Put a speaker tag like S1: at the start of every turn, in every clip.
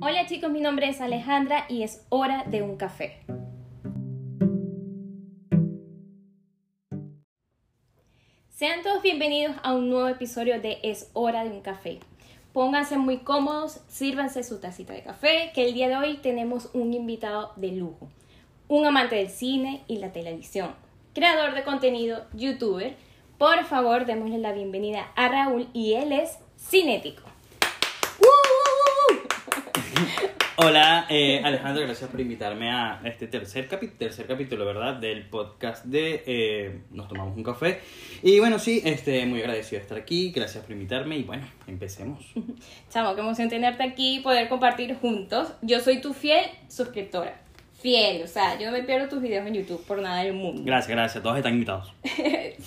S1: Hola chicos, mi nombre es Alejandra y es hora de un café. Sean todos bienvenidos a un nuevo episodio de Es hora de un café. Pónganse muy cómodos, sírvanse su tacita de café, que el día de hoy tenemos un invitado de lujo, un amante del cine y la televisión, creador de contenido, youtuber. Por favor, démosle la bienvenida a Raúl y él es cinético. ¡Uh,
S2: Hola, eh, Alejandro, gracias por invitarme a este tercer, capi- tercer capítulo, ¿verdad? Del podcast de eh, Nos Tomamos un Café. Y bueno, sí, este, muy agradecido de estar aquí, gracias por invitarme y bueno, empecemos.
S1: Chamo, qué emoción tenerte aquí y poder compartir juntos. Yo soy tu fiel suscriptora. Fiel, o sea, yo no me pierdo tus videos en YouTube por nada del mundo.
S2: Gracias, gracias, todos están invitados.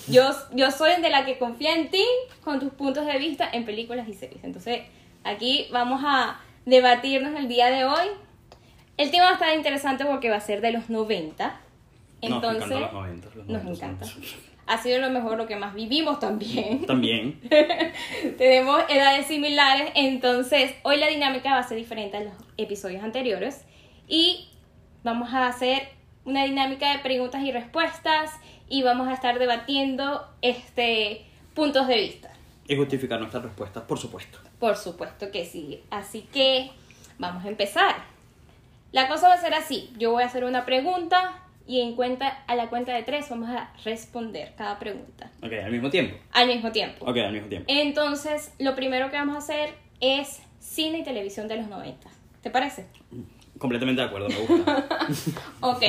S1: Yo, yo soy de la que confía en ti con tus puntos de vista en películas y series. Entonces, aquí vamos a debatirnos el día de hoy. El tema va a estar interesante porque va a ser de los 90.
S2: Nos encantan
S1: Entonces,
S2: los 90, los
S1: nos
S2: 90 son-
S1: encanta. Ha sido lo mejor, lo que más vivimos también.
S2: También,
S1: Tenemos edades similares, entonces hoy la dinámica va a ser diferente a los episodios anteriores y vamos a hacer una dinámica de preguntas y respuestas y vamos a estar debatiendo este puntos de vista.
S2: y justificar nuestras respuestas, por supuesto.
S1: Por supuesto que sí. Así que vamos a empezar. La cosa va a ser así. Yo voy a hacer una pregunta y en cuenta, a la cuenta de tres vamos a responder cada pregunta
S2: Ok, al mismo tiempo.
S1: al mismo tiempo.
S2: Ok, al mismo tiempo.
S1: Entonces, lo primero que vamos a hacer es cine y televisión de los 90. ¿Te parece?
S2: Completamente de acuerdo, me gusta.
S1: Ok.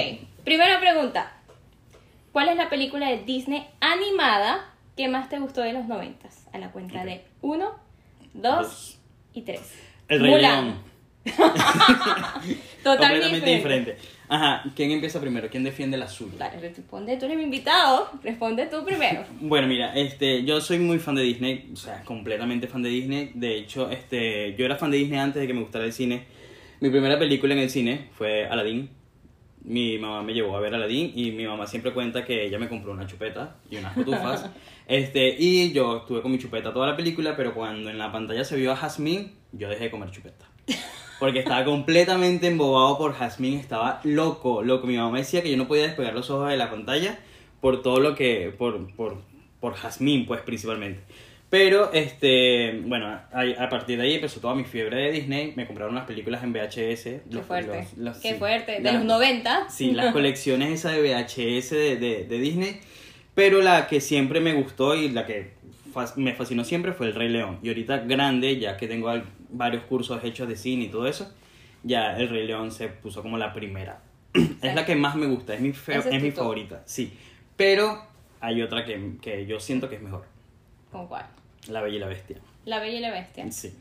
S1: Primera pregunta. ¿Cuál es la película de Disney animada que más te gustó de los 90? A la cuenta
S2: Ok.
S1: de 1, 2
S2: Dos.
S1: y 3.
S2: El Rey
S1: Mulan.
S2: León.
S1: Totalmente
S2: Completamente diferente. Ajá, ¿quién empieza primero? ¿Quién defiende la suya?
S1: Dale, responde, tú eres mi invitado. Responde tú primero.
S2: Bueno, mira, este, yo soy muy fan de Disney, o sea, completamente fan de Disney. De hecho, este, yo era fan de Disney antes de que me gustara el cine. Mi primera película en el cine fue Aladdin. Mi mamá me llevó a ver Aladdin y mi mamá siempre cuenta que ella me compró una chupeta y unas cotufas. este, y yo estuve con mi chupeta toda la película, pero cuando en la pantalla se vio a Jasmine, yo dejé de comer chupeta. Porque estaba completamente embobado por Jasmine, estaba loco, loco. Mi mamá me decía que yo no podía despegar los ojos de la pantalla por todo lo que. por, por, por Jasmine, pues principalmente. Pero, este, bueno, a, a partir de ahí empezó toda mi fiebre de Disney. Me compraron las películas en VHS.
S1: Qué fuerte.
S2: los-
S1: Qué
S2: sí,
S1: fuerte. De
S2: las-
S1: los 90.
S2: Sí, las colecciones esa de VHS de, de, de Disney. Pero la que siempre me gustó y la que fas- me fascinó siempre fue El Rey León. Y ahorita grande, ya que tengo al- varios cursos hechos de cine y todo eso, ya El Rey León se puso como la primera. es la que más me gusta, es mi, fe-
S1: Ese es
S2: es mi
S1: tu top.
S2: favorita, sí. Pero hay otra que, que yo siento que es mejor,
S1: ¿Con cuál?
S2: La Bella y la Bestia.
S1: La Bella y la Bestia.
S2: Sí.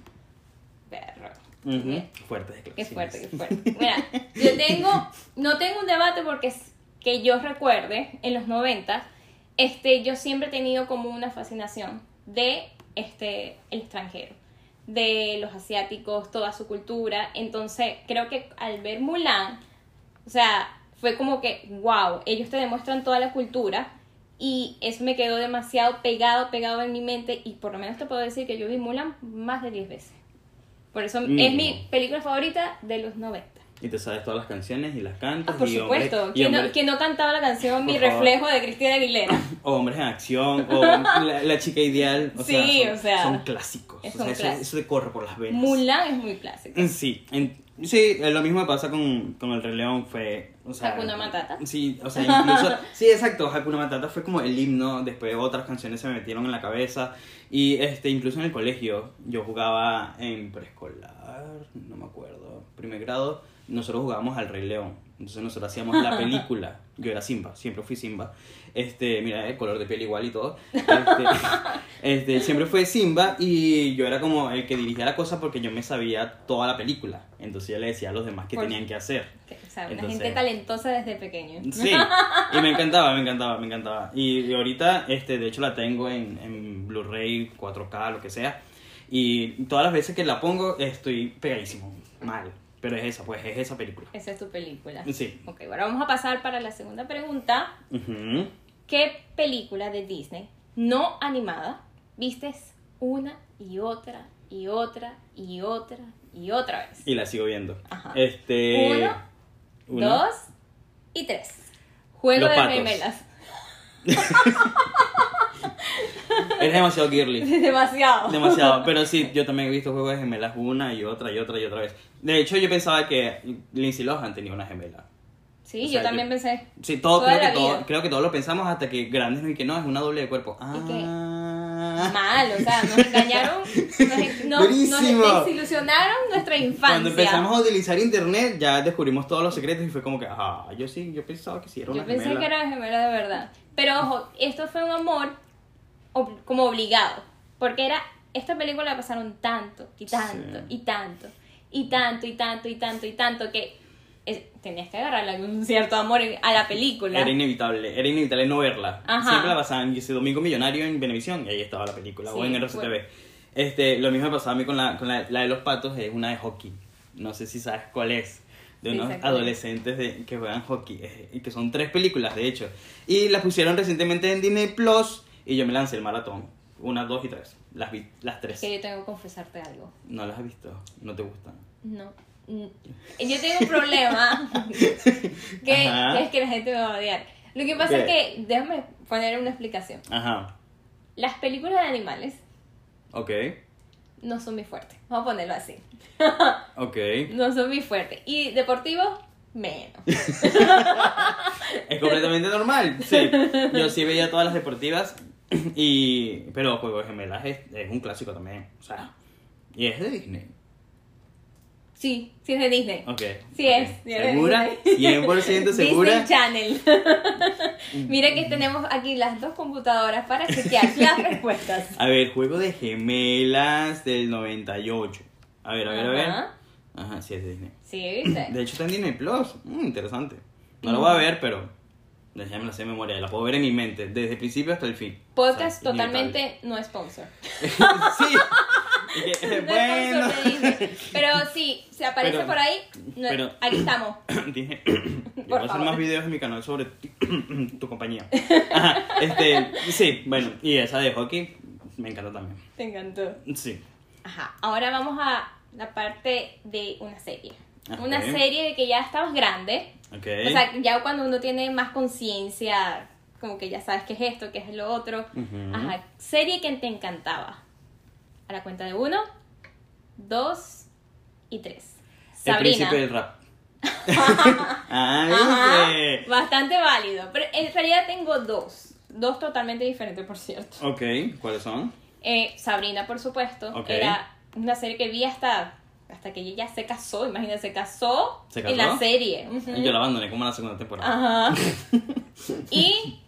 S1: Perro.
S2: Ujú. Fuertes
S1: Qué
S2: declaraciones.
S1: fuerte, qué fuerte. Mira, yo tengo, no tengo un debate porque es- que yo recuerde, en los 90, este, yo siempre he tenido como una fascinación de este, el extranjero, de los asiáticos, toda su cultura. Entonces, creo que al ver Mulan, o sea, fue como que, wow, ellos te demuestran toda la cultura y eso me quedó demasiado pegado, pegado en mi mente y por lo menos te puedo decir que yo vi Mulan más de 10 veces. Por eso es
S2: Mínimo.
S1: mi película favorita de los 90.
S2: Y te sabes todas las canciones y las cantas.
S1: Ah, por
S2: y
S1: supuesto,
S2: hombres- y
S1: que no,
S2: hombres-
S1: quien no cantaba la canción Mi
S2: Por favor. Ah,
S1: reflejo de Cristina Aguilera.
S2: o Hombres en Acción, o La, la Chica Ideal. O
S1: Sí,
S2: sea, son,
S1: o sea,
S2: son clásicos.
S1: es
S2: o sea,
S1: un
S2: eso,
S1: clásico.
S2: eso te corre por las venas.
S1: Mulan es muy clásica.
S2: Sí, pues. en- sí, eh, lo mismo me pasa con, con el Rey León, fue... O sea,
S1: Hakuna Matata.
S2: Sí, o sea, incluso... sí, exacto, Hakuna Matata fue como el himno, después otras canciones se me metieron en la cabeza, y este, incluso en el colegio, yo jugaba en preescolar, no me acuerdo, primer grado, nosotros jugábamos al Rey León, entonces nosotros hacíamos la película, yo era Simba, siempre fui Simba, este, mira, el color de piel igual y todo, este... Este, siempre fue Simba y yo era como el que dirigía la cosa porque yo me sabía toda la película. Entonces yo le decía a los demás qué
S1: Por-
S2: tenían que hacer.
S1: O sea, una
S2: Entonces-
S1: gente talentosa desde pequeño.
S2: Sí, y me encantaba, me encantaba, me encantaba. Y, y ahorita, este, de hecho la tengo en, en Blu-ray, 4K, lo que sea. Y todas las veces que la pongo estoy pegadísimo, mal. Pero es esa, pues es esa película.
S1: Esa es tu película.
S2: Sí.
S1: Ok, ahora vamos a pasar para la segunda pregunta.
S2: Ujú.
S1: ¿Qué película de Disney no animada vistes una y otra y otra y otra y y otra vez.
S2: Y la sigo viendo.
S1: Ajá.
S2: Este.
S1: Uno,
S2: uno.
S1: Dos y tres. Juego
S2: Los
S1: de
S2: patos.
S1: gemelas.
S2: Eres demasiado girly.
S1: Demasiado.
S2: Demasiado. Pero sí, yo también he visto juegos de gemelas una y otra y otra y otra vez. De hecho, yo pensaba que Lindsay Lohan tenía una gemela.
S1: sí,
S2: O sea,
S1: yo también
S2: yo-
S1: pensé.
S2: Sí, todo,
S1: Toda
S2: creo, que
S1: la vida.
S2: todo, creo que todos lo pensamos hasta que grandes no y que no, es una doble de cuerpo. Ah.
S1: Mal, o sea, nos engañaron, nos, nos- nos
S2: Durísimo.
S1: desilusionaron nuestra infancia.
S2: Cuando empezamos a utilizar internet ya descubrimos todos los secretos y fue como que, ah, yo sí, yo pensaba que sí era una
S1: Yo pensé
S2: gemela.
S1: que era gemela de verdad. Pero ojo, esto fue un amor ob- como obligado. Porque era. Esta película la pasaron tanto, y tanto,
S2: Sí.
S1: y tanto, y tanto, y tanto, y tanto, y tanto, que es- tenías que agarrarle algún cierto amor en- a la película.
S2: Era inevitable, era inevitable no verla.
S1: Ajá.
S2: Siempre la pasaban, y ese Domingo Millonario en Venevisión, y ahí estaba la película, o
S1: Sí,
S2: en RCTV. Este, lo mismo me pasaba a mí con, la, con la, la de los patos, es una de hockey. No sé si sabes cuál es. De
S1: Sí,
S2: unos
S1: sé cuál es.
S2: adolescentes de, que juegan hockey, eh, y que son tres películas, de hecho. Y las pusieron recientemente en Disney Plus, y yo me lancé el maratón. Una, dos y tres. Las vi, las tres.
S1: Es que yo tengo que confesarte algo.
S2: No las has visto, no te gustan.
S1: No. n- Yo tengo un problema que,
S2: Ajá.
S1: que es que la gente me va a odiar. Lo que pasa
S2: ¿Qué?
S1: es que, déjame poner una explicación.
S2: Ajá,
S1: Las películas de animales
S2: ok,
S1: no son mi fuerte. Vamos a ponerlo así.
S2: ok.
S1: No son muy fuertes. Y deportivos, menos.
S2: Es completamente normal, sí. Yo sí veía todas las deportivas, y pero Juego de Gemelas es, es un clásico también, o sea, y es de Disney.
S1: Sí, sí es de Disney.
S2: Ok.
S1: Sí
S2: ok.
S1: es, sí es de
S2: ¿Segura?
S1: Disney.
S2: 100%
S1: Disney
S2: segura. Mm.
S1: Channel. Mira que tenemos aquí las dos computadoras para chequear las respuestas.
S2: A ver, Juego de Gemelas del 98. A ver, a ver, a ver.
S1: Ajá.
S2: Ajá, sí es de Disney.
S1: Sí, viste.
S2: De hecho está en Disney Plus, Mm, interesante. No lo voy a ver, pero ya me la sé de memoria, la puedo ver en mi mente, desde el principio hasta el fin.
S1: Podcast
S2: O sea, inevitable.
S1: totalmente no sponsor.
S2: sí. Y que, eh,
S1: No
S2: bueno.
S1: sponsor de Disney. Pero sí, se aparece
S2: Pero-
S1: por ahí. no-
S2: pero-
S1: aquí estamos.
S2: Dije, voy a hacer
S1: favor.
S2: más videos en mi canal sobre ti- tu compañía. Ajá, este, sí, bueno, y esa de hockey me encanta también.
S1: Te encantó.
S2: Sí.
S1: Ajá, ahora vamos a la parte de una serie. Una
S2: Ah, Ok.
S1: serie de que ya estamos grandes.
S2: Ok.
S1: O sea, ya cuando uno tiene más conciencia, como que ya sabes qué es esto, qué es lo otro.
S2: Ujú.
S1: Ajá, serie que te encantaba. A la cuenta de uno, dos y tres.
S2: el
S1: Sabrina.
S2: príncipe del rap.
S1: Ajá,
S2: ah, ¿viste?
S1: bastante válido. Pero en realidad tengo dos. Dos totalmente diferentes, por cierto.
S2: Ok, ¿cuáles son?
S1: Eh, Sabrina, por supuesto,
S2: Ok.
S1: era una serie que vi hasta, hasta que ella ya se casó, imagínate, se casó,
S2: ¿Se
S1: en
S2: casó?
S1: la serie. Ujú.
S2: Yo la abandoné como en la segunda temporada.
S1: Ajá. y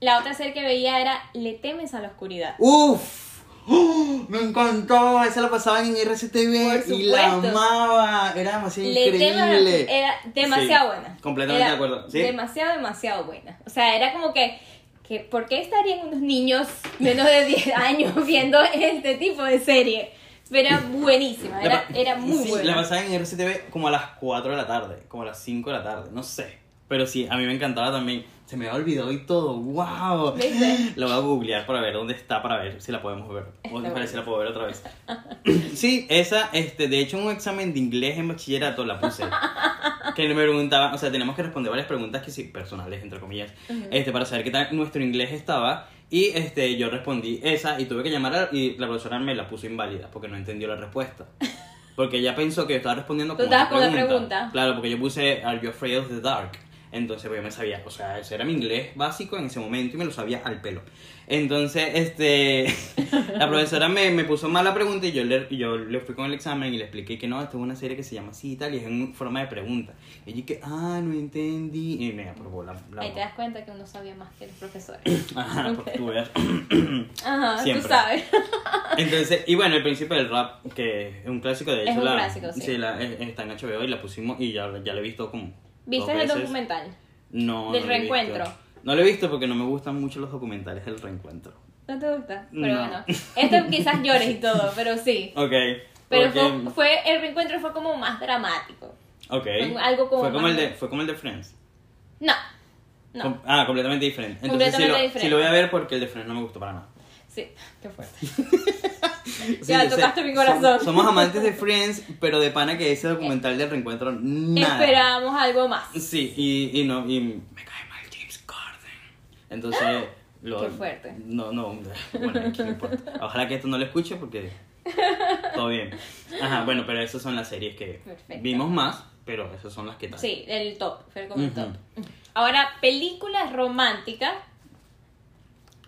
S1: la otra serie que veía era Le temes a la oscuridad.
S2: ¡Uf! ¡Oh! Me encantó, esa la pasaban en RCTV
S1: Por
S2: y la
S1: supuesto.
S2: amaba, era demasiado
S1: Le temes a la
S2: increíble.
S1: oscuridad era demasiado
S2: Sí,
S1: buena.
S2: completamente
S1: Era
S2: de acuerdo, sí.
S1: Demasiado, demasiado buena. O sea, era como que, que ¿por qué estarían unos niños menos de 10 años viendo este tipo de serie? Pero era buenísima, era,
S2: pa-
S1: era muy
S2: sí,
S1: buena.
S2: La pasaban en RCTV como a las 4 de la tarde, como a las 5 de la tarde, no sé. Pero sí, a mí me encantaba también. Se me había olvidado y todo, wow.
S1: ¿Viste?
S2: Lo voy a googlear para ver dónde está, para ver si la podemos ver. O
S1: Está
S2: para ver
S1: bueno.
S2: si la puedo ver otra vez. Sí, esa, este, de hecho, en un examen de inglés en bachillerato la puse. Que me preguntaban, o sea, tenemos que responder varias preguntas que sí, personales, entre comillas, este, para saber qué tal nuestro inglés estaba. Y este, yo respondí esa y tuve que llamar a- y la profesora me la puso inválida porque no entendió la respuesta. Porque ella pensó que yo estaba respondiendo
S1: Tú
S2: como otra
S1: estabas con la pregunta.
S2: Claro, porque yo puse Are you afraid of the dark? Entonces pues, yo me sabía, o sea, ese era mi inglés básico en ese momento y me lo sabía al pelo. Entonces, este, la profesora me, me puso mal la pregunta y yo le, y yo le fui con el examen y le expliqué que no, esto es una serie que se llama así y tal y es en forma de pregunta. Y yo que, ah, no entendí. Y me aprobó la... la
S1: Ahí te das cuenta que uno sabía más que los profesores.
S2: Ajá, porque tú veas.
S1: Ajá,
S2: Siempre.
S1: tú sabes.
S2: Entonces, y bueno, el príncipe del rap, que es un clásico de hecho.
S1: Es un
S2: la-
S1: clásico, sí.
S2: la- es- está en HBO y la pusimos y ya, ya la he visto como.
S1: ¿Viste
S2: dos
S1: el
S2: veces.
S1: documental?
S2: No.
S1: del
S2: no lo he visto.
S1: reencuentro?
S2: No lo he visto porque no me gustan mucho los documentales del reencuentro.
S1: ¿No te gusta? Pero
S2: No.
S1: bueno, esto quizás llores y todo, pero sí.
S2: Ok.
S1: Pero
S2: porque-
S1: fue, fue- el reencuentro fue como más dramático.
S2: ok.
S1: fue algo como
S2: Fue como,
S1: más-
S2: el de, fue como el de Friends.
S1: No, no.
S2: Com- ah, completamente diferente. Entonces, sí
S1: Completamente
S2: lo,
S1: diferente.
S2: sí lo voy a ver porque el de Friends no me gustó para nada.
S1: Sí, qué fuerte. Ya,
S2: yo sé,
S1: tocaste mi corazón.
S2: som- somos amantes de Friends, pero de pana que ese documental del reencuentro nada.
S1: Esperábamos algo más.
S2: Sí, y, y no, y me cae mal James Corden. Entonces, lo-
S1: ¡Ah! Qué fuerte.
S2: No, no, bueno, aquí no importa. Ojalá que esto no lo escuche porque todo bien. Ajá, bueno, pero esas son las series que
S1: Perfecto.
S2: vimos más, pero esas son las que tal.
S1: Sí, el top, fue como el
S2: Ujú.
S1: top. Ahora, películas románticas.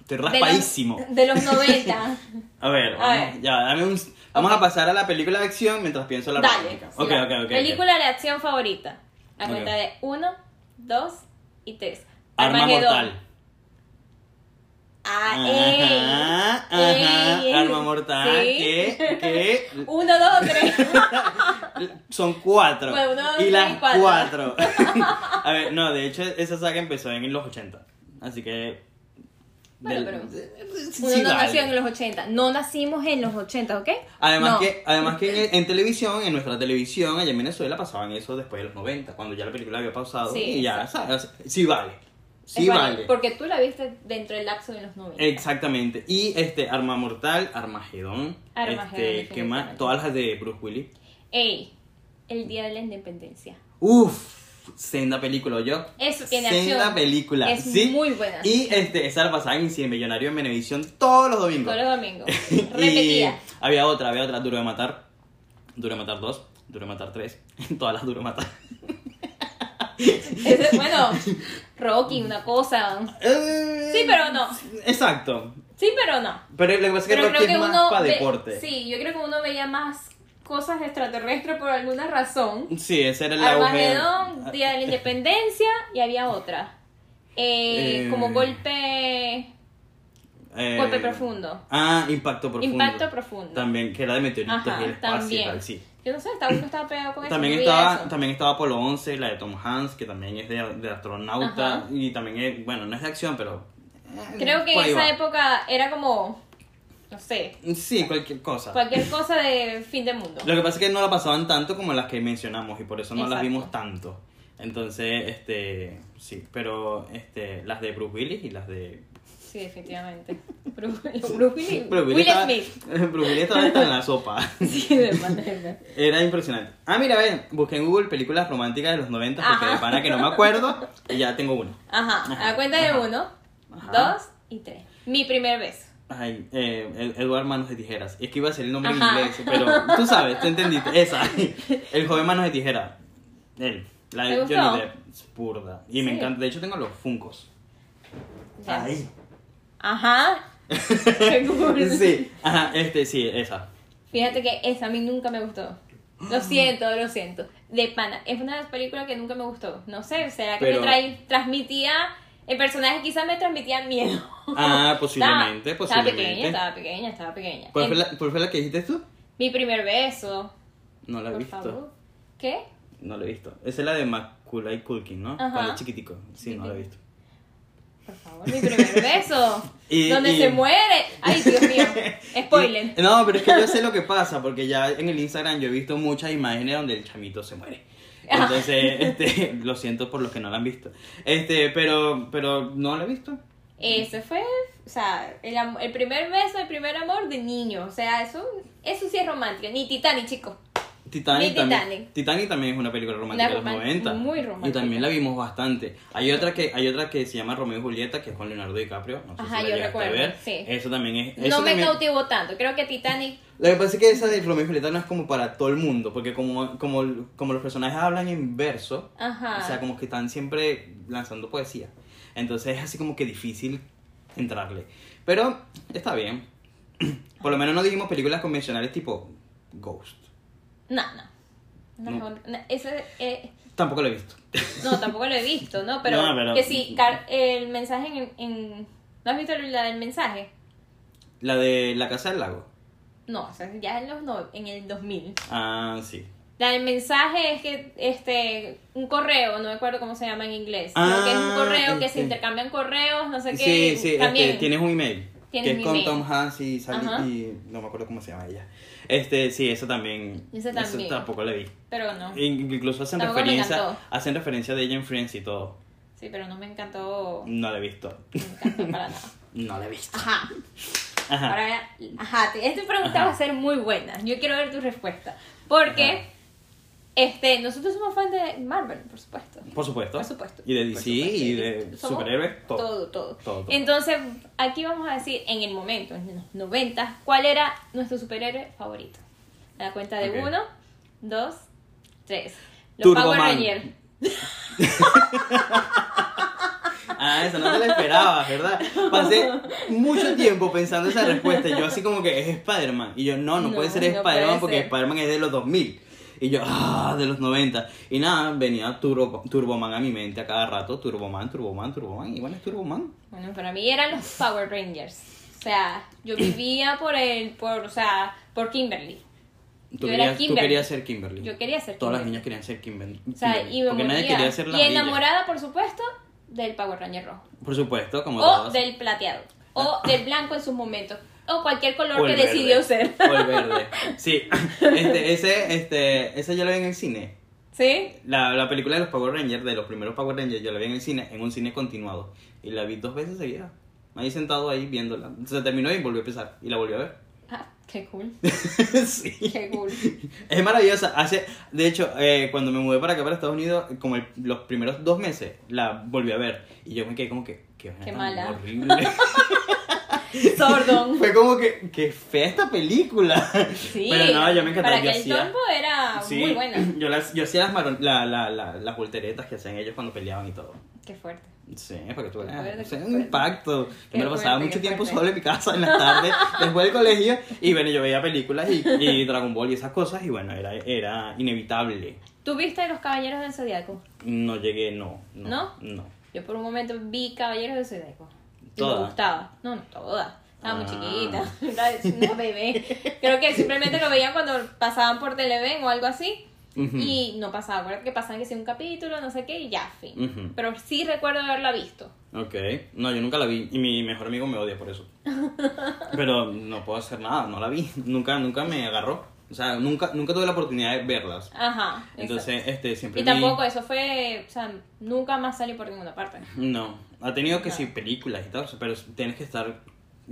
S2: Estoy
S1: de los-
S2: raspadísimo.
S1: De los, 90.
S2: A ver,
S1: A
S2: vamos,
S1: ver.
S2: ya, dame un- vamos
S1: Ok.
S2: a pasar a la película de acción mientras pienso en la
S1: Dale.
S2: romántica.
S1: sí,
S2: Ok,
S1: va.
S2: ok, ok, ok.
S1: Película de acción favorita. A
S2: Ok.
S1: cuenta de 1, 2 y 3.
S2: Arma mortal.
S1: Ah, ey.
S2: Ajá,
S1: ey,
S2: ajá,
S1: ey.
S2: arma mortal.
S1: Sí.
S2: Que, que
S1: 1, 2, 3.
S2: son cuatro.
S1: Bueno, uno, dos,
S2: y
S1: tres,
S2: las
S1: cuatro.
S2: cuatro. A ver, no, de hecho, esa saga empezó en los 80. Así que.
S1: Bueno,
S2: del-
S1: pero eh,
S2: sí,
S1: Uno no
S2: vale.
S1: nació en los 80. No nacimos en los 80, ¿ok?
S2: Además
S1: No.
S2: que, además que en, en televisión, en nuestra televisión, allá en Venezuela pasaban eso después de los 90, cuando ya la película había pausado.
S1: Sí,
S2: y ya,
S1: exacto.
S2: ¿sabes? Sí vale. Sí
S1: Es válido,
S2: vale.
S1: Porque tú la viste dentro del lapso de los 90.
S2: Exactamente. Y este, Arma Mortal, Armagedón.
S1: Armagedón,
S2: Este, ¿qué más?
S1: definitivamente.
S2: Todas las de Bruce Willis.
S1: Ey, el día de la independencia.
S2: Uf, senda película, yo.
S1: Eso tiene
S2: Senda
S1: acción.
S2: película,
S1: Es
S2: sí.
S1: muy buena.
S2: Y este, esa la pasaban en Cine Millonario en Venevisión todos los domingos.
S1: Todos los domingos.
S2: Y
S1: Repetida.
S2: había otra, había otra, Duro de Matar. Duro de Matar 2, Duro de Matar 3. Todas las Duro de Matar.
S1: Ese- bueno, Rocky, una cosa. Sí,
S2: Sí,
S1: pero no.
S2: Exacto.
S1: Sí, pero no.
S2: Pero lo que pasa es que
S1: Pero
S2: Rocky
S1: creo que
S2: es más
S1: uno.
S2: para
S1: ve-
S2: deporte.
S1: Sí, yo creo que uno veía más cosas extraterrestres por alguna razón.
S2: Sí, ese era el auge.
S1: Armagedón, Día de la Independencia y había otra. Eh,
S2: Eh,
S1: como golpe.
S2: Eh,
S1: Golpe profundo.
S2: Ah, impacto profundo.
S1: Impacto profundo.
S2: También, que era de meteoritos
S1: Ajá,
S2: y el espacio y
S1: también.
S2: tal, sí.
S1: Yo no sé, estaba, uno estaba pegado con eso.
S2: También
S1: no veía
S2: estaba,
S1: Pues, eso.
S2: también estaba Apolo 11, la de Tom Hanks, que también es de, de astronauta.
S1: Ajá.
S2: Y también es, bueno, no es de acción, pero. eh,
S1: Creo que en
S2: por ahí
S1: esa
S2: va.
S1: época era como. No sé.
S2: Sí, cualquier cosa.
S1: Cualquier cosa de fin del mundo.
S2: Lo que pasa es que no la pasaban tanto como las que mencionamos y por eso no las
S1: Exacto.
S2: vimos tanto. Entonces, este. Sí, pero este, las de Bruce Willis y las de.
S1: Sí, definitivamente. Bruce, Bruce Willis-
S2: Bruce
S1: Will
S2: Willis estaba-
S1: Smith.
S2: Bruce Willis estaba hasta en la sopa.
S1: Sí, de manera.
S2: Era impresionante. Ah, mira, ven, busqué en Google películas románticas de los 90 porque
S1: Ajá.
S2: de pana que no me acuerdo y ya tengo una.
S1: Ajá, a la cuenta
S2: Ajá.
S1: de uno,
S2: Ajá.
S1: dos y tres. Mi primer beso.
S2: Ay, eh, Ed- Edward Manos de Tijeras. Es que iba a ser el nombre
S1: Ajá.
S2: en inglés, pero tú sabes, tú entendiste. Esa. El joven Manos de Tijera. Él. La
S1: ¿Te
S2: de
S1: gustó?
S2: Johnny Depp. Es burda. Y me
S1: Sí.
S2: encanta. De hecho, tengo los Funcos.
S1: Ya. Ajá. Qué cool.
S2: Sí. Ajá, este, sí, esa.
S1: Fíjate que esa a mí nunca me gustó. Lo
S2: Mm.
S1: siento, lo siento. De pana. Es una de las películas que nunca me gustó. No sé, será que
S2: Pero-
S1: me trae- transmitía. El personaje quizás me transmitía miedo.
S2: Ah, posiblemente,
S1: Estaba
S2: posiblemente.
S1: pequeña, estaba pequeña, estaba pequeña.
S2: ¿Cuál fue,
S1: En-
S2: la, cuál fue la que dijiste tú?
S1: Mi primer beso.
S2: No la he
S1: por
S2: visto.
S1: favor. ¿Qué?
S2: No la he visto. Esa es la de Maculay Culkin, ¿no?
S1: Ajá.
S2: Cuando es chiquitico. Sí, no la he visto.
S1: Por favor, mi primer beso.
S2: Y-
S1: donde
S2: y-
S1: se muere. Ay, Dios mío. Spoiler.
S2: Y- No, pero es que yo sé lo que pasa, porque ya en el Instagram yo he visto muchas imágenes donde el chamito se muere. Entonces, este, lo siento por los que no lo han visto. Este, pero, pero no lo he visto.
S1: Ese fue, o sea, el, am- el primer beso, el primer amor de niño. O sea, eso, eso sí es romántico. Ni Titanic, chicos.
S2: Titanic,
S1: Ni
S2: también,
S1: Titanic.
S2: Titanic también es una película
S1: Una
S2: romántica de los
S1: roman-
S2: 90.
S1: muy romántica.
S2: Y también la vimos bastante. Hay otra que, hay otra que se llama Romeo y Julieta, que es con Leonardo DiCaprio. No sé
S1: Ajá,
S2: si la
S1: yo
S2: llegaste
S1: recuerdo,
S2: a ver.
S1: sí.
S2: Eso también es.
S1: no
S2: eso
S1: me
S2: también-
S1: cautivó tanto. Creo que Titanic.
S2: Lo que pasa es que esa de Romeo y Julieta no es como para todo el mundo, porque como, como, como los personajes hablan en verso,
S1: Ajá.
S2: o sea, como que están siempre lanzando poesía. Entonces es así como que difícil entrarle. Pero está bien. Por lo menos no dijimos películas convencionales tipo Ghost.
S1: No, no. No,
S2: No.
S1: no, ese, eh,
S2: Tampoco lo he visto.
S1: no, tampoco lo he visto, ¿no? Pero,
S2: No, pero-
S1: que sí, car- el mensaje en, en- ¿No has visto la del mensaje?
S2: La de La Casa del Lago.
S1: No, o sea, ya en, los no, en el 2000.
S2: Ah, sí.
S1: La del mensaje es que este un correo, no me acuerdo cómo se llama en inglés,
S2: Ah,
S1: creo que es un correo que se
S2: este.
S1: intercambian correos, no sé qué.
S2: Sí, sí,
S1: también.
S2: este, tienes un email.
S1: Tienes
S2: que
S1: mi
S2: es con
S1: email.
S2: Tom Hanks y Sally
S1: Ajá.
S2: y no me acuerdo cómo se llama ella. Este, sí, eso también.
S1: Ese también.
S2: Eso tampoco la vi.
S1: Pero no.
S2: In- Incluso hacen
S1: Tampoco me
S2: referencia,
S1: encantó.
S2: hacen referencia de ella en Friends y todo.
S1: Sí, pero no me encantó,
S2: No la he visto.
S1: no me encantó para nada.
S2: No la he visto.
S1: Ajá.
S2: Ajá.
S1: Ahora, ajá, te- esta pregunta
S2: Ajá.
S1: va a ser muy buena. Yo quiero ver tu respuesta. Porque
S2: Ajá.
S1: este, nosotros somos fans de Marvel, por supuesto.
S2: Por supuesto.
S1: Por supuesto.
S2: Y de
S1: Por
S2: DC
S1: supuesto.
S2: y de
S1: Somos
S2: superhéroes, todo.
S1: Todo, todo.
S2: Todo, todo.
S1: Entonces, aquí vamos a decir en el momento, en los 90, cuál era nuestro superhéroe favorito. A la cuenta de
S2: Ok.
S1: uno, dos, tres. Los
S2: Turbo
S1: Power
S2: Man.
S1: Rangers.
S2: Ah, eso no te lo esperabas, ¿verdad? Pasé mucho tiempo pensando esa respuesta. y Yo así como que es Spider-Man. Y yo, no, no,
S1: No,
S2: puede ser
S1: no
S2: Spider-Man
S1: puede
S2: porque
S1: ser.
S2: Spider-Man es de los 2000. Y yo, ah, de los 90. Y nada, venía Turbo, Turboman a mi mente a cada rato. Turboman, Turboman, Turboman. Igual es Turboman.
S1: Bueno, para mí eran los Power Rangers. O sea, yo vivía por el, por, o sea, por Kimberly. Yo
S2: Tú,
S1: era
S2: querías, tú
S1: Kimberly.
S2: querías ser Kimberly.
S1: Yo quería ser
S2: Todas las
S1: Kimberly.
S2: niñas querían ser Kimberly.
S1: O sea,
S2: Kimberly,
S1: y me
S2: porque nadie
S1: moría.
S2: quería ser la
S1: Y
S2: ardilla.
S1: enamorada, por supuesto, del Power Ranger rojo.
S2: Por supuesto, como
S1: O
S2: todas.
S1: del plateado. O del blanco en sus momentos. O cualquier color
S2: O
S1: que
S2: el verde.
S1: decidió usar.
S2: O el verde. Sí. Este, ese, este, ese yo lo vi en el cine.
S1: ¿Sí?
S2: La, la película de los Power Rangers, de los primeros Power Rangers, yo la vi en el cine, en un cine continuado. Y la vi dos veces seguida. Me había sentado ahí viéndola. Se terminó y volvió a empezar. Y la volví a ver.
S1: Ah, qué cool.
S2: sí.
S1: Qué cool.
S2: Es maravillosa. Hace, de hecho, eh, cuando me mudé para acá, para Estados Unidos, como el- los primeros dos meses, la volví a ver. Y yo me quedé como que, qué, vaina
S1: Qué
S2: tan
S1: mala.
S2: Horrible.
S1: Sordón.
S2: Fue como que, qué fea esta película.
S1: Sí.
S2: Pero no, yo me encantó.
S1: Para
S2: yo
S1: aquel
S2: hacía-
S1: tiempo era Ah, muy buena.
S2: Yo, las, yo hacía las, maron- la, la, la- las volteretas que hacían ellos cuando peleaban y todo.
S1: Qué fuerte.
S2: Sí, para que tú
S1: Qué fuerte,
S2: veas. O sea,
S1: qué
S2: un
S1: fuerte.
S2: impacto. Yo
S1: Qué
S2: me lo pasaba
S1: fuerte,
S2: mucho
S1: qué
S2: tiempo
S1: fuerte.
S2: solo en mi casa en las tardes, después del colegio. Y bueno, yo veía películas y, y Dragon Ball y esas cosas. Y bueno, era, era inevitable.
S1: ¿Tú viste Los Caballeros del Zodiaco?
S2: No llegué, no.
S1: ¿No?
S2: No. no.
S1: Yo por un momento vi Caballeros del Zodiaco. Y
S2: Todas.
S1: me gustaba. No, no, todas. Estaba muy
S2: Ah.
S1: chiquita, era una bebé. Creo que simplemente lo veían cuando pasaban por Televen o algo así.
S2: Ujú.
S1: Y no pasaba, acuérdate que pasaban que sí un capítulo, no sé qué, y ya, fin.
S2: Ujú.
S1: Pero sí recuerdo haberla visto.
S2: Ok, no, yo nunca la vi y mi mejor amigo me odia por eso. Pero no puedo hacer nada, no la vi, nunca, nunca me agarró. O sea, nunca, nunca tuve la oportunidad de verlas.
S1: Ajá.
S2: Entonces,
S1: exacto.
S2: este, siempre
S1: Y
S2: vi-
S1: tampoco, eso fue, o sea, nunca más salió por ninguna parte.
S2: No, ha tenido que
S1: No.
S2: sí películas y tal, pero tienes que estar,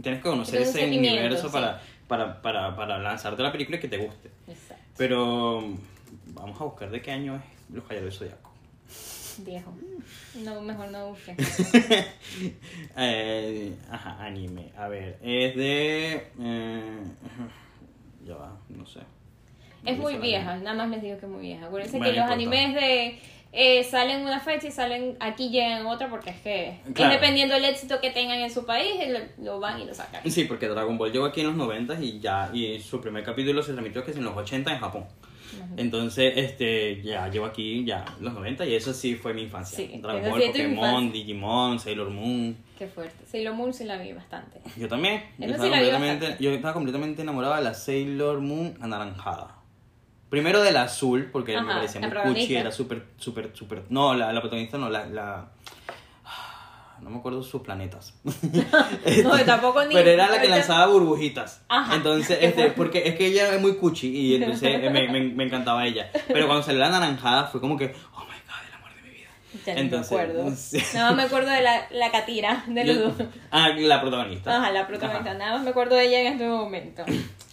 S2: tienes que conocer
S1: Tienes un
S2: ese
S1: seguimiento,
S2: universo
S1: sí.
S2: para, para, para, para lanzarte la película que te guste.
S1: Exacto.
S2: Pero mm, vamos a buscar de qué año es Los Caballeros del Zodiaco.
S1: Viejo. No, mejor no busque.
S2: Eh, ajá, anime. A ver, es de. eh, ya va, no sé.
S1: Es
S2: No
S1: muy
S2: sé la
S1: vieja,
S2: anime.
S1: nada más les digo que es muy vieja. Acuérdense
S2: Bueno,
S1: que
S2: no
S1: los
S2: importa.
S1: animes de eh, salen una fecha y salen aquí llegan otra porque es que
S2: Claro.
S1: es dependiendo del éxito que tengan en su país eh, lo, lo van y lo sacan.
S2: Sí, porque Dragon Ball llegó aquí en los 90 y ya. Y su primer capítulo se transmitió que es en los 80 en Japón.
S1: Imagínate.
S2: Entonces, este, ya llevo aquí ya los 90 y eso sí fue mi infancia.
S1: Sí,
S2: Dragon
S1: eso
S2: Ball,
S1: sí es tu
S2: Pokémon,
S1: infancia.
S2: Digimon, Sailor Moon.
S1: Qué fuerte. Sailor Moon sí la vi bastante.
S2: Yo también. Yo
S1: Eso
S2: estaba,
S1: sí la vi
S2: completamente,
S1: bastante.
S2: yo estaba completamente enamorada de la Sailor Moon anaranjada. Primero del azul, porque me
S1: Ajá,
S2: parecía
S1: la
S2: muy
S1: protagonista.
S2: cuchi, era súper, súper, súper. No, la, la protagonista no, la, la. ah, No me acuerdo sus planetas.
S1: No, tampoco ni.
S2: Pero era la que
S1: ahorita-
S2: lanzaba burbujitas.
S1: Ajá.
S2: Entonces, este, porque es que ella es muy cuchi y entonces eh, me, me, me encantaba ella. Pero cuando salió la naranjada fue como que, oh my god, el amor de mi vida.
S1: Ya ni
S2: Entonces,
S1: me acuerdo.
S2: sí.
S1: Nada más me acuerdo de la, la catira de los
S2: Yo-
S1: dos.
S2: ah, la protagonista.
S1: Ajá, la protagonista.
S2: Ajá.
S1: Nada más me acuerdo de ella en este momento.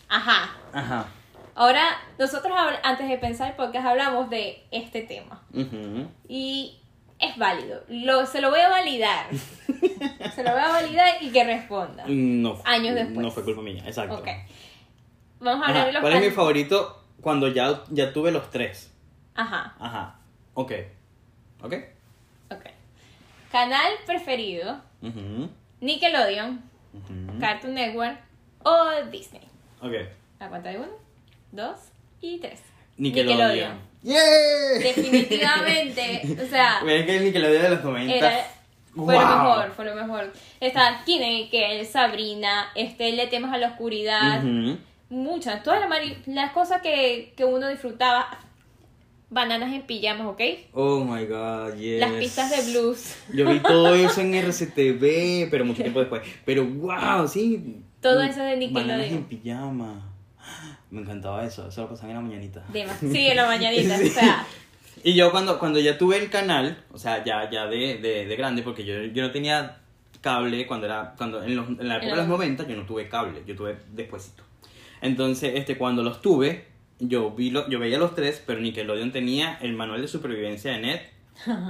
S1: Ajá.
S2: Ajá.
S1: Ahora, nosotros habl- antes de pensar el podcast hablamos de este tema.
S2: Ujú.
S1: Y es válido. Lo, se lo voy a validar. se lo voy a validar y que responda.
S2: No, fu-
S1: Años después.
S2: No fue culpa mía, exacto.
S1: Ok. Vamos a hablar de
S2: Ajá,
S1: los
S2: ¿Cuál es mi
S1: animes.
S2: favorito cuando ya, ya tuve los tres?
S1: Ajá,
S2: Ajá. Ok. Ok.
S1: ok. Canal preferido,
S2: Ujú.
S1: Nickelodeon,
S2: Ujú.
S1: Cartoon Network o Disney.
S2: Ok.
S1: La cuenta de uno, dos y tres.
S2: Nickelodeon.
S1: Nickelodeon.
S2: ¡Yay!
S1: Definitivamente, o sea,
S2: Ves que el Nickelodeon de los 90
S1: era, fue
S2: ¡Wow!
S1: lo mejor, fue lo mejor. Está Kinnikel, Sabrina, este, Le temas a la oscuridad,
S2: Ujú.
S1: Muchas, todas las, mari- las cosas que, que uno disfrutaba. Bananas en pijamas, ¿ok?
S2: Oh my god, yes.
S1: Las pistas de blues.
S2: Yo vi todo eso en RCTV, pero mucho tiempo después. Pero wow, sí.
S1: Todo eso de Nickelodeon.
S2: Bananas en pijama. Me encantaba eso, eso lo pasaban en la mañanita.
S1: Demás. Sí, en la mañanita.
S2: Sí.
S1: O sea,
S2: Y yo cuando, cuando ya tuve el canal, o sea, ya, ya de, de, de grande, porque yo, yo no tenía cable cuando era cuando en, los- en la época
S1: En
S2: de los
S1: los-
S2: 90 yo no tuve cable, yo tuve despuesito. Entonces, este cuando los tuve, yo vi lo- yo veía los tres, pero Nickelodeon tenía el manual de supervivencia de Ned,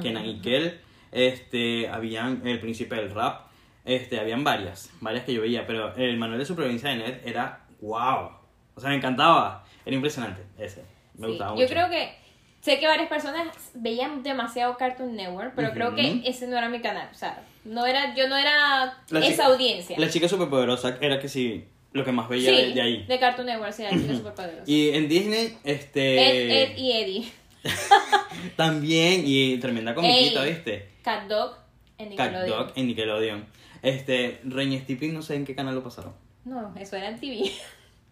S2: Kenan y Kel, este habían El príncipe del rap, este habían varias, varias que yo veía, pero el manual de supervivencia de Ned era wow. O sea, me encantaba, era impresionante ese. Me
S1: Sí,
S2: gustaba mucho.
S1: Yo creo que sé que varias personas veían demasiado Cartoon Network, pero creo que
S2: Ujú.
S1: ese no era mi canal, o sea, no era yo no era
S2: La
S1: esa
S2: chica-
S1: audiencia.
S2: La chica superpoderosa era que sí, lo que más veía de,
S1: sí,
S2: de ahí.
S1: de Cartoon Network, sí, era súper poderoso.
S2: Y eh, en Disney, este.
S1: Ed, Ed y Eddie,
S2: También, y tremenda comiquita,
S1: Ey.
S2: ¿viste?
S1: Cat Dog en
S2: Cat
S1: Nickelodeon.
S2: Dog en Nickelodeon. Este, Ren y Stimpy, no sé en qué canal lo pasaron.
S1: No, eso era en TV.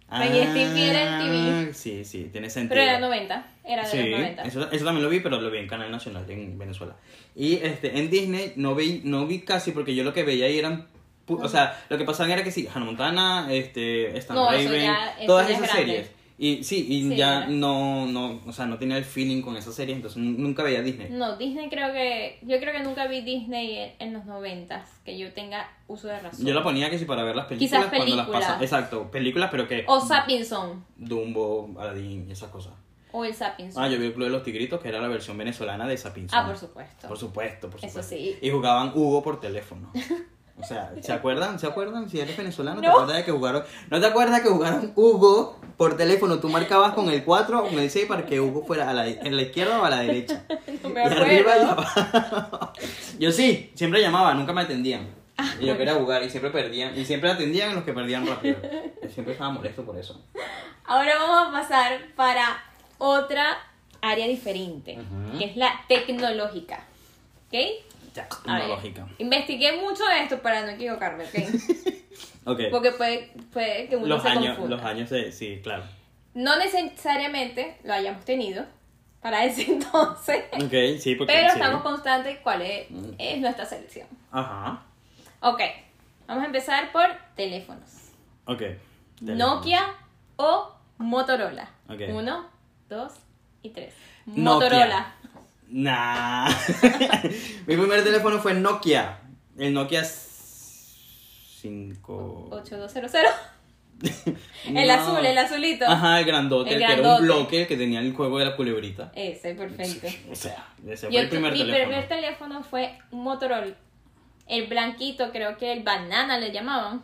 S1: Ren y Stimpy era en
S2: Ah, Sí, sí, tiene sentido.
S1: Pero era 90, era de
S2: Sí,
S1: los 90.
S2: eso, eso también lo vi, pero lo vi en Canal Nacional en Venezuela. Y este, en Disney no vi, no vi casi porque yo lo que veía ahí eran. pu- O sea, lo que pasaban era que sí, Hannah Montana, este, Stan
S1: No, eso
S2: Raven,
S1: ya- eso
S2: todas
S1: ya es
S2: esas
S1: grande.
S2: series. Y sí,
S1: Sí,
S2: y ya
S1: ya.
S2: no, no, o sea, no tenía el feeling con esas series, entonces nu- nunca veía Disney.
S1: No, Disney creo que yo creo que nunca vi Disney en, en los 90 que yo tenga uso de razón.
S2: Yo la ponía que sí para ver las películas
S1: Quizás
S2: cuando las
S1: películas.
S2: pasaban. Exacto, películas, pero que.
S1: o Sapinson,
S2: Dumbo, Aladdin y esas cosas.
S1: o el Sapinson.
S2: Ah, yo vi el Club de los Tigritos, que era la versión venezolana de Sapinson.
S1: Ah, por supuesto.
S2: Por supuesto, por
S1: Eso
S2: supuesto.
S1: sí.
S2: Y jugaban Hugo por teléfono. O sea, ¿se acuerdan? ¿Se acuerdan? Si eres venezolano, ¿te
S1: No.
S2: acuerdas de que jugaron? ¿No te acuerdas que jugaron Hugo por teléfono? Tú marcabas con el 4 o con el 6 para que Hugo fuera a la, en la izquierda o a la derecha.
S1: No me
S2: Y arriba y
S1: acuerdo.
S2: abajo. Yo sí, siempre llamaba, nunca me atendían.
S1: Ah,
S2: Y yo quería jugar y siempre perdían. Y siempre atendían a los que perdían rápido. Yo siempre estaba molesto por eso.
S1: Ahora vamos a pasar para otra área diferente,
S2: Ujú.
S1: que es la tecnológica. ¿Ok?
S2: Ya,
S1: A
S2: una
S1: ver,
S2: lógica.
S1: Investigué mucho de esto para no equivocarme, ¿ok?
S2: Ok.
S1: Porque puede, puede que uno
S2: Los
S1: se
S2: años,
S1: confunda.
S2: los años, de- sí, claro.
S1: No necesariamente lo hayamos tenido para ese entonces,
S2: Ok, sí, porque.
S1: Eh, pero
S2: sí. Mm.
S1: estamos constantes cuál es, es nuestra selección.
S2: Ajá.
S1: Ok, vamos a empezar por teléfonos.
S2: Ok.
S1: Nokia o Motorola.
S2: Ok.
S1: Uno, dos y tres.
S2: Nokia.
S1: Motorola.
S2: Nah. Mi primer teléfono fue Nokia. El Nokia 5.
S1: 8200. El azul, el azulito.
S2: Ajá, el
S1: El
S2: grandote, el que era un
S1: grandote.
S2: bloque que tenía el juego de la culebrita.
S1: Ese, perfecto.
S2: O sea, ese
S1: Yo
S2: fue el
S1: tu-
S2: primer
S1: mi
S2: teléfono.
S1: primer teléfono fue un Motorola. El blanquito, creo que el banana le llamaban.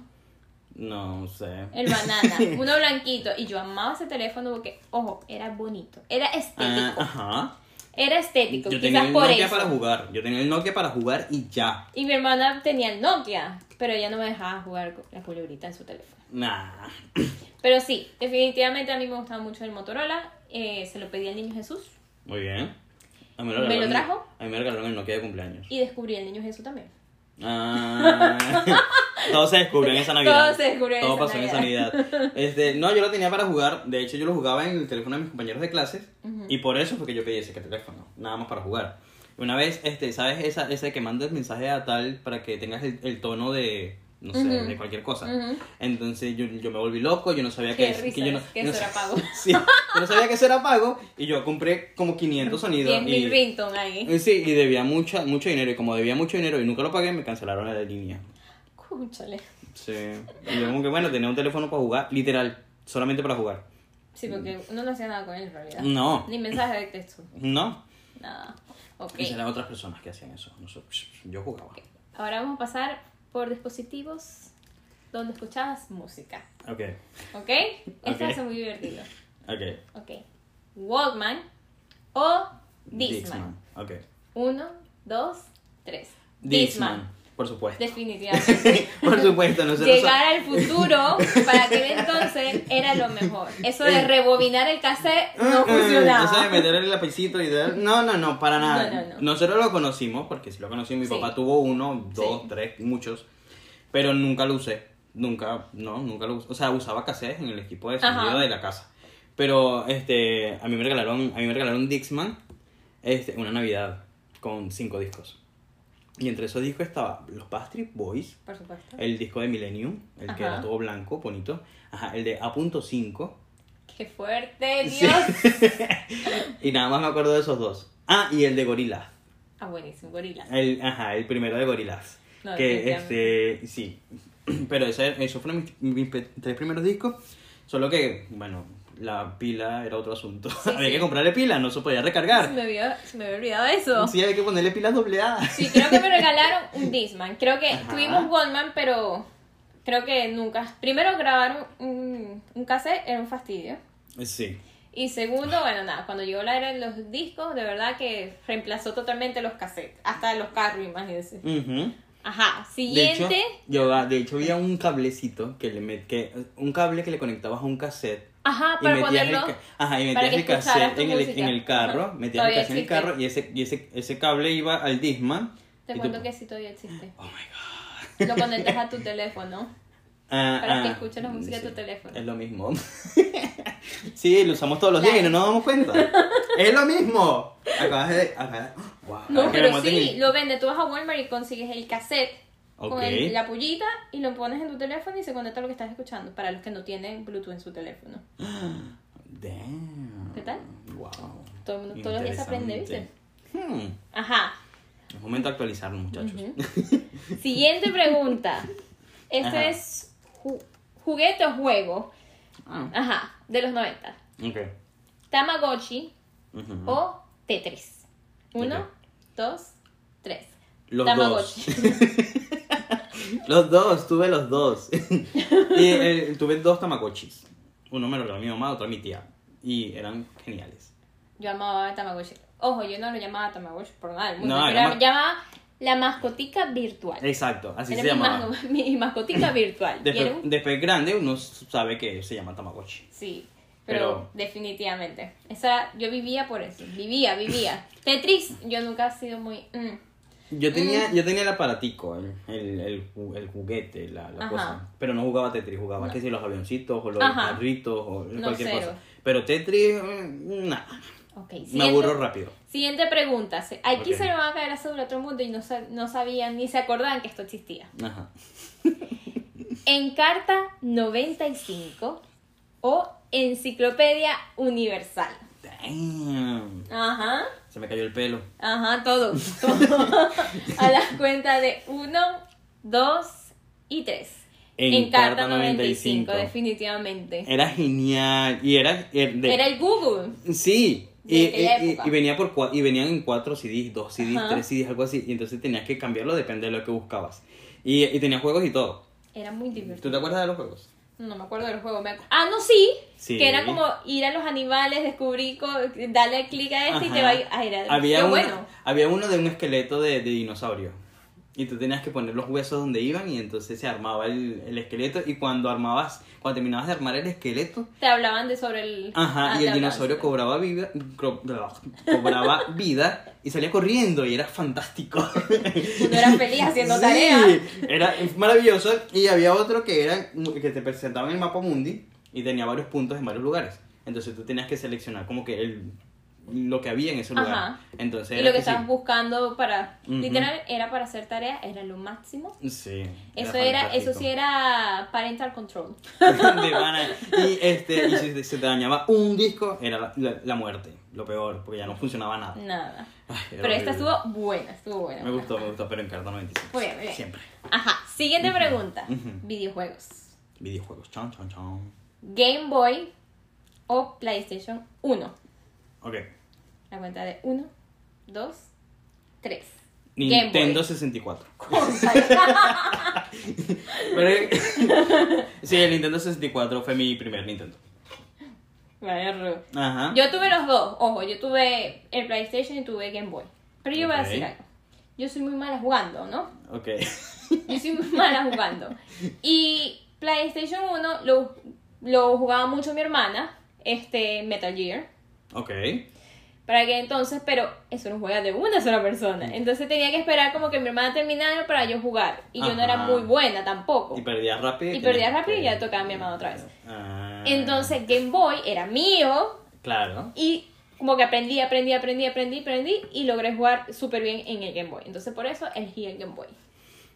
S2: No sé.
S1: El banana. uno blanquito. Y yo amaba ese teléfono porque, ojo, era bonito. Era
S2: Ah,
S1: estético.
S2: ajá.
S1: Era estético.
S2: Yo tenía
S1: quizás
S2: el
S1: por
S2: Nokia
S1: eso.
S2: para jugar. Yo tenía el Nokia para jugar y ya.
S1: Y mi hermana tenía el Nokia, pero ella no me dejaba jugar con la culebrita en su teléfono.
S2: Nah.
S1: Pero sí, definitivamente a mí me gustaba mucho el Motorola. Eh, se lo pedí al niño Jesús
S2: Muy bien. A mí
S1: ¿Me lo
S2: regalaron-
S1: trajo?
S2: A mí me regalaron el Nokia de cumpleaños.
S1: y descubrí el niño Jesús también.
S2: Ah, todo se descubrió en esa Navidad.
S1: Todo se descubrió en
S2: Todo
S1: esa
S2: pasó
S1: Navidad.
S2: en esa Navidad. Este, no, yo lo tenía para jugar. De hecho, yo lo jugaba en el teléfono de mis compañeros de clases. Y por eso fue que yo pedí ese teléfono. Nada más para jugar. Una vez, este, ¿sabes? Esa, ese que mandas mensaje a tal para que tengas el, el tono de. No sé,
S1: Ujú.
S2: de cualquier cosa.
S1: Ujú.
S2: Entonces yo, yo me volví loco, yo no sabía
S1: Qué
S2: que, es-
S1: risa
S2: yo no,
S1: es que
S2: yo no
S1: eso era
S2: sab-
S1: pago.
S2: Sí, yo no sabía que eso era pago y yo compré como 500 sonidos.
S1: 10.000
S2: y-
S1: ringtone ahí.
S2: eh, Sí, y debía mucha, mucho dinero. Y como debía mucho dinero y nunca lo pagué, me cancelaron la línea.
S1: Escúchale.
S2: Sí. Y yo como que, bueno, tenía un teléfono para jugar, literal, solamente para jugar.
S1: Sí, porque uno no hacía nada con él en realidad.
S2: No.
S1: Ni mensaje de texto.
S2: No.
S1: Nada. Ok.
S2: Y eran otras personas que hacían eso. No sé, Yo jugaba.
S1: Ahora vamos a pasar por dispositivos donde escuchabas música.
S2: Ok.
S1: ¿Ok? Esto
S2: Ok.
S1: es muy divertido.
S2: Ok.
S1: Ok. Walkman o Discman.
S2: Ok.
S1: Uno, dos, tres.
S2: Disman. Por supuesto.
S1: Definitivamente.
S2: Por supuesto, nosotros.
S1: Llegar al futuro para aquel entonces era lo mejor. Eso de
S2: Eh. Mm,
S1: rebobinar el cassette no
S2: Eso de
S1: funcionaba.
S2: Eh, meter el lapicito y tal. No, no, no, para nada.
S1: No, no, no.
S2: Nosotros lo conocimos, porque si lo conocí, mi
S1: Sí.
S2: papá tuvo uno, dos,
S1: Sí.
S2: tres, muchos. Pero nunca lo usé. Nunca, no, nunca lo usé. O sea, usaba cassettes en el equipo de sonido
S1: Ajá.
S2: de la casa. Pero este, a mí me regalaron, a mí me regalaron Dixman este, una Navidad con cinco discos. Y entre esos discos estaba Los Pastry Boys,
S1: Por supuesto.
S2: el disco de Millennium, el que
S1: Ajá.
S2: era todo blanco, bonito. Ajá, el de A.5.
S1: Qué fuerte, Dios.
S2: Sí. y nada más me acuerdo de esos dos. Ah, y el de Gorillaz.
S1: Ah, buenísimo, gorila.
S2: El, ajá, el primero de Gorillaz.
S1: No,
S2: que
S1: definitivamente.
S2: este, sí. Pero eso, eso fueron mis, mis pe- tres primeros discos. Solo que, bueno, la pila era otro asunto. Había
S1: sí.
S2: que comprarle pila, no se podía
S1: Se
S2: recargar.
S1: me, había, se me había olvidado eso.
S2: Sí, había que ponerle pilas doble A.
S1: Sí, creo que me regalaron un Disman. Creo que
S2: Ajá.
S1: tuvimos Goldman, pero creo que nunca. Primero, grabar un, un, un cassette era un fastidio.
S2: Sí.
S1: Y segundo, bueno, nada, cuando llegó la era de los discos, de verdad que reemplazó totalmente los cassettes. Hasta los carros, imagínense.
S2: Ujú.
S1: Ajá,
S2: De hecho,
S1: siguiente.
S2: yo, ah, de hecho había un cablecito que le met, que, un cable que le conectabas a un cassette
S1: Ajá,
S2: y
S1: para
S2: metías el,
S1: ponerlo.
S2: ca- ajá, y
S1: para
S2: metías
S1: que
S2: el
S1: escucharas
S2: cassette
S1: tu
S2: en el,
S1: música.
S2: en el carro,
S1: Ajá.
S2: metías el
S1: Todavía
S2: cassette en el
S1: existe.
S2: carro y ese, y ese, ese cable iba al Disman. y
S1: Te
S2: tú-
S1: cuento que sí todavía existe.
S2: Oh my god.
S1: Lo conectas a tu teléfono.
S2: Ah,
S1: Para que
S2: ah,
S1: escuches la música de tu teléfono.
S2: Es lo mismo. sí, lo usamos todos los días y no nos damos cuenta. es lo mismo. Acabas de. acabas- Wow,
S1: No,
S2: acabas de
S1: pero
S2: montar en
S1: sí,
S2: el-
S1: lo vende. Tú vas a Walmart y consigues el cassette con el-
S2: Ok.
S1: la pullita y lo pones en tu teléfono y se conecta a lo que estás escuchando. Para los que no tienen Bluetooth en su teléfono.
S2: Damn.
S1: ¿Qué tal?
S2: Wow.
S1: Todo el mundo- todos los días se aprende, ¿viste?
S2: Interesante. Hmm.
S1: Ajá.
S2: Es momento de actualizarlo, muchachos.
S1: Siguiente pregunta. Este
S2: Ajá.
S1: es ju- juguete o juego.
S2: Ah,
S1: Ajá, de los 90.
S2: ok.
S1: Tamagotchi
S2: Ujú.
S1: o Tetris. Uno,
S2: Mm. Ok.
S1: dos, tres.
S2: Los
S1: Tamagotchi.
S2: Los dos, tuve los dos. y eh, tuve dos tamagotchis. Uno me lo regaló mi mamá, otro mi tía. Y eran geniales.
S1: Yo amaba Tamagotchi. Ojo, yo no lo llamaba Tamagotchi por nada. del mundo,
S2: No,
S1: pero
S2: era ma-
S1: llamaba la mascotica virtual.
S2: Exacto, así
S1: era
S2: se
S1: mi,
S2: llamaba.
S1: mas- mi mascotica virtual. Y era
S2: Después,
S1: un-
S2: después grande uno sabe que se llama tamagotchi.
S1: Sí, pero, definitivamente. Esa, yo vivía por eso. Vivía, vivía. Tetris, yo nunca he sido muy... mm.
S2: Yo tenía, yo tenía el aparatico, el, el, el ju- el juguete, la, la
S1: Ajá.
S2: cosa. Pero no jugaba Tetris, jugaba que si los avioncitos o los
S1: Ajá.
S2: carritos o
S1: No,
S2: cualquier
S1: cero.
S2: cosa. Pero Tetris, mm, nah,
S1: Ok,
S2: me
S1: siguiente-
S2: aburro rápido.
S1: Siguiente pregunta. Se- Aquí
S2: Ok.
S1: se le van a caer la cédula a todo el mundo y no, sa- no sabían ni se acordaban que esto existía.
S2: Ajá.
S1: Encarta 95 o Enciclopedia Universal.
S2: Damn.
S1: Ajá,
S2: Se me cayó el pelo.
S1: ajá, todo. todo. a la cuenta de 1, 2 y 3.
S2: Encarta 95.
S1: definitivamente.
S2: Era genial. Y era. era de-
S1: Era el Google.
S2: Sí.
S1: de
S2: Y,
S1: aquella
S2: y- y-
S1: época.
S2: y venía por cua- y venían en cuatro CDs, dos CDs,
S1: Ajá.
S2: tres CDs, algo así. Y entonces tenías que cambiarlo depende de lo que buscabas. Y, y tenía juegos y todo.
S1: Era muy divertido.
S2: ¿Tú te acuerdas de los juegos?
S1: No me acuerdo del juego. Me acu- ah, no, sí.
S2: Sí.
S1: Que era como ir a los animales, descubrir, co- darle clic a este y
S2: Ajá.
S1: te va a ir. Ah, era
S2: había,
S1: qué
S2: uno,
S1: bueno.
S2: había uno de un esqueleto de, de dinosaurio. Y tú tenías que poner los huesos donde iban y entonces se armaba el, el esqueleto. Y cuando armabas, cuando terminabas de armar el esqueleto,
S1: Te hablaban de sobre el.
S2: Ajá,
S1: Ah,
S2: y
S1: te
S2: el
S1: hablaban
S2: dinosaurio
S1: sobre-
S2: cobraba vida, cro- cobraba vida y salía corriendo y era fantástico.
S1: Uno era feliz haciendo
S2: Sí,
S1: tarea.
S2: Era maravilloso y había otro que era que te presentaba en el mapa mundi y tenía varios puntos en varios lugares. Entonces tú tenías que seleccionar como que el lo que había en ese lugar.
S1: Ajá.
S2: Entonces
S1: Y
S2: era
S1: lo que
S2: sí.
S1: estabas buscando para.
S2: Ujú.
S1: Literal, era para hacer tarea, era lo máximo.
S2: Sí.
S1: Eso era, eso sí
S2: fantástico.
S1: era parental control.
S2: De pana. y este y si se te dañaba un disco era la, la- la muerte, lo peor, porque ya no funcionaba nada.
S1: Nada.
S2: Ay, era
S1: Pero esta
S2: horrible.
S1: estuvo buena, estuvo buena.
S2: Me gustó, me gustó, pero en carta 95.
S1: Muy bien, muy bien.
S2: Siempre.
S1: Ajá, siguiente pregunta.
S2: ujú.
S1: Videojuegos.
S2: Videojuegos. Chon, chon, chon.
S1: Game Boy o PlayStation 1.
S2: Ok.
S1: La cuenta de 1, 2, 3.
S2: Nintendo 64. Pero- eh, sí, el Nintendo 64 fue mi primer Nintendo. Ajá.
S1: Yo tuve los dos. Ojo, yo tuve el PlayStation y tuve Game Boy. Pero yo voy a
S2: Ok.
S1: decir algo. Yo soy muy mala jugando, ¿no?
S2: Ok.
S1: Yo soy muy mala jugando. Y PlayStation 1 lo, lo jugaba mucho mi hermana, este Metal Gear.
S2: Ok.
S1: Para que entonces, pero eso no juega de una sola persona. Entonces tenía que esperar como que mi hermana terminara para yo jugar. Y yo no era
S2: Ajá.
S1: muy buena tampoco.
S2: Y perdía rápido.
S1: Oh. Y
S2: tenía-
S1: perdía rápido y ya tocaba a mi hermano otra vez.
S2: Ah,
S1: Entonces Game Boy era mío
S2: Claro.
S1: y como que aprendí, aprendí, aprendí, aprendí, aprendí y logré jugar súper bien en el Game Boy. Entonces por eso elegí el Game Boy.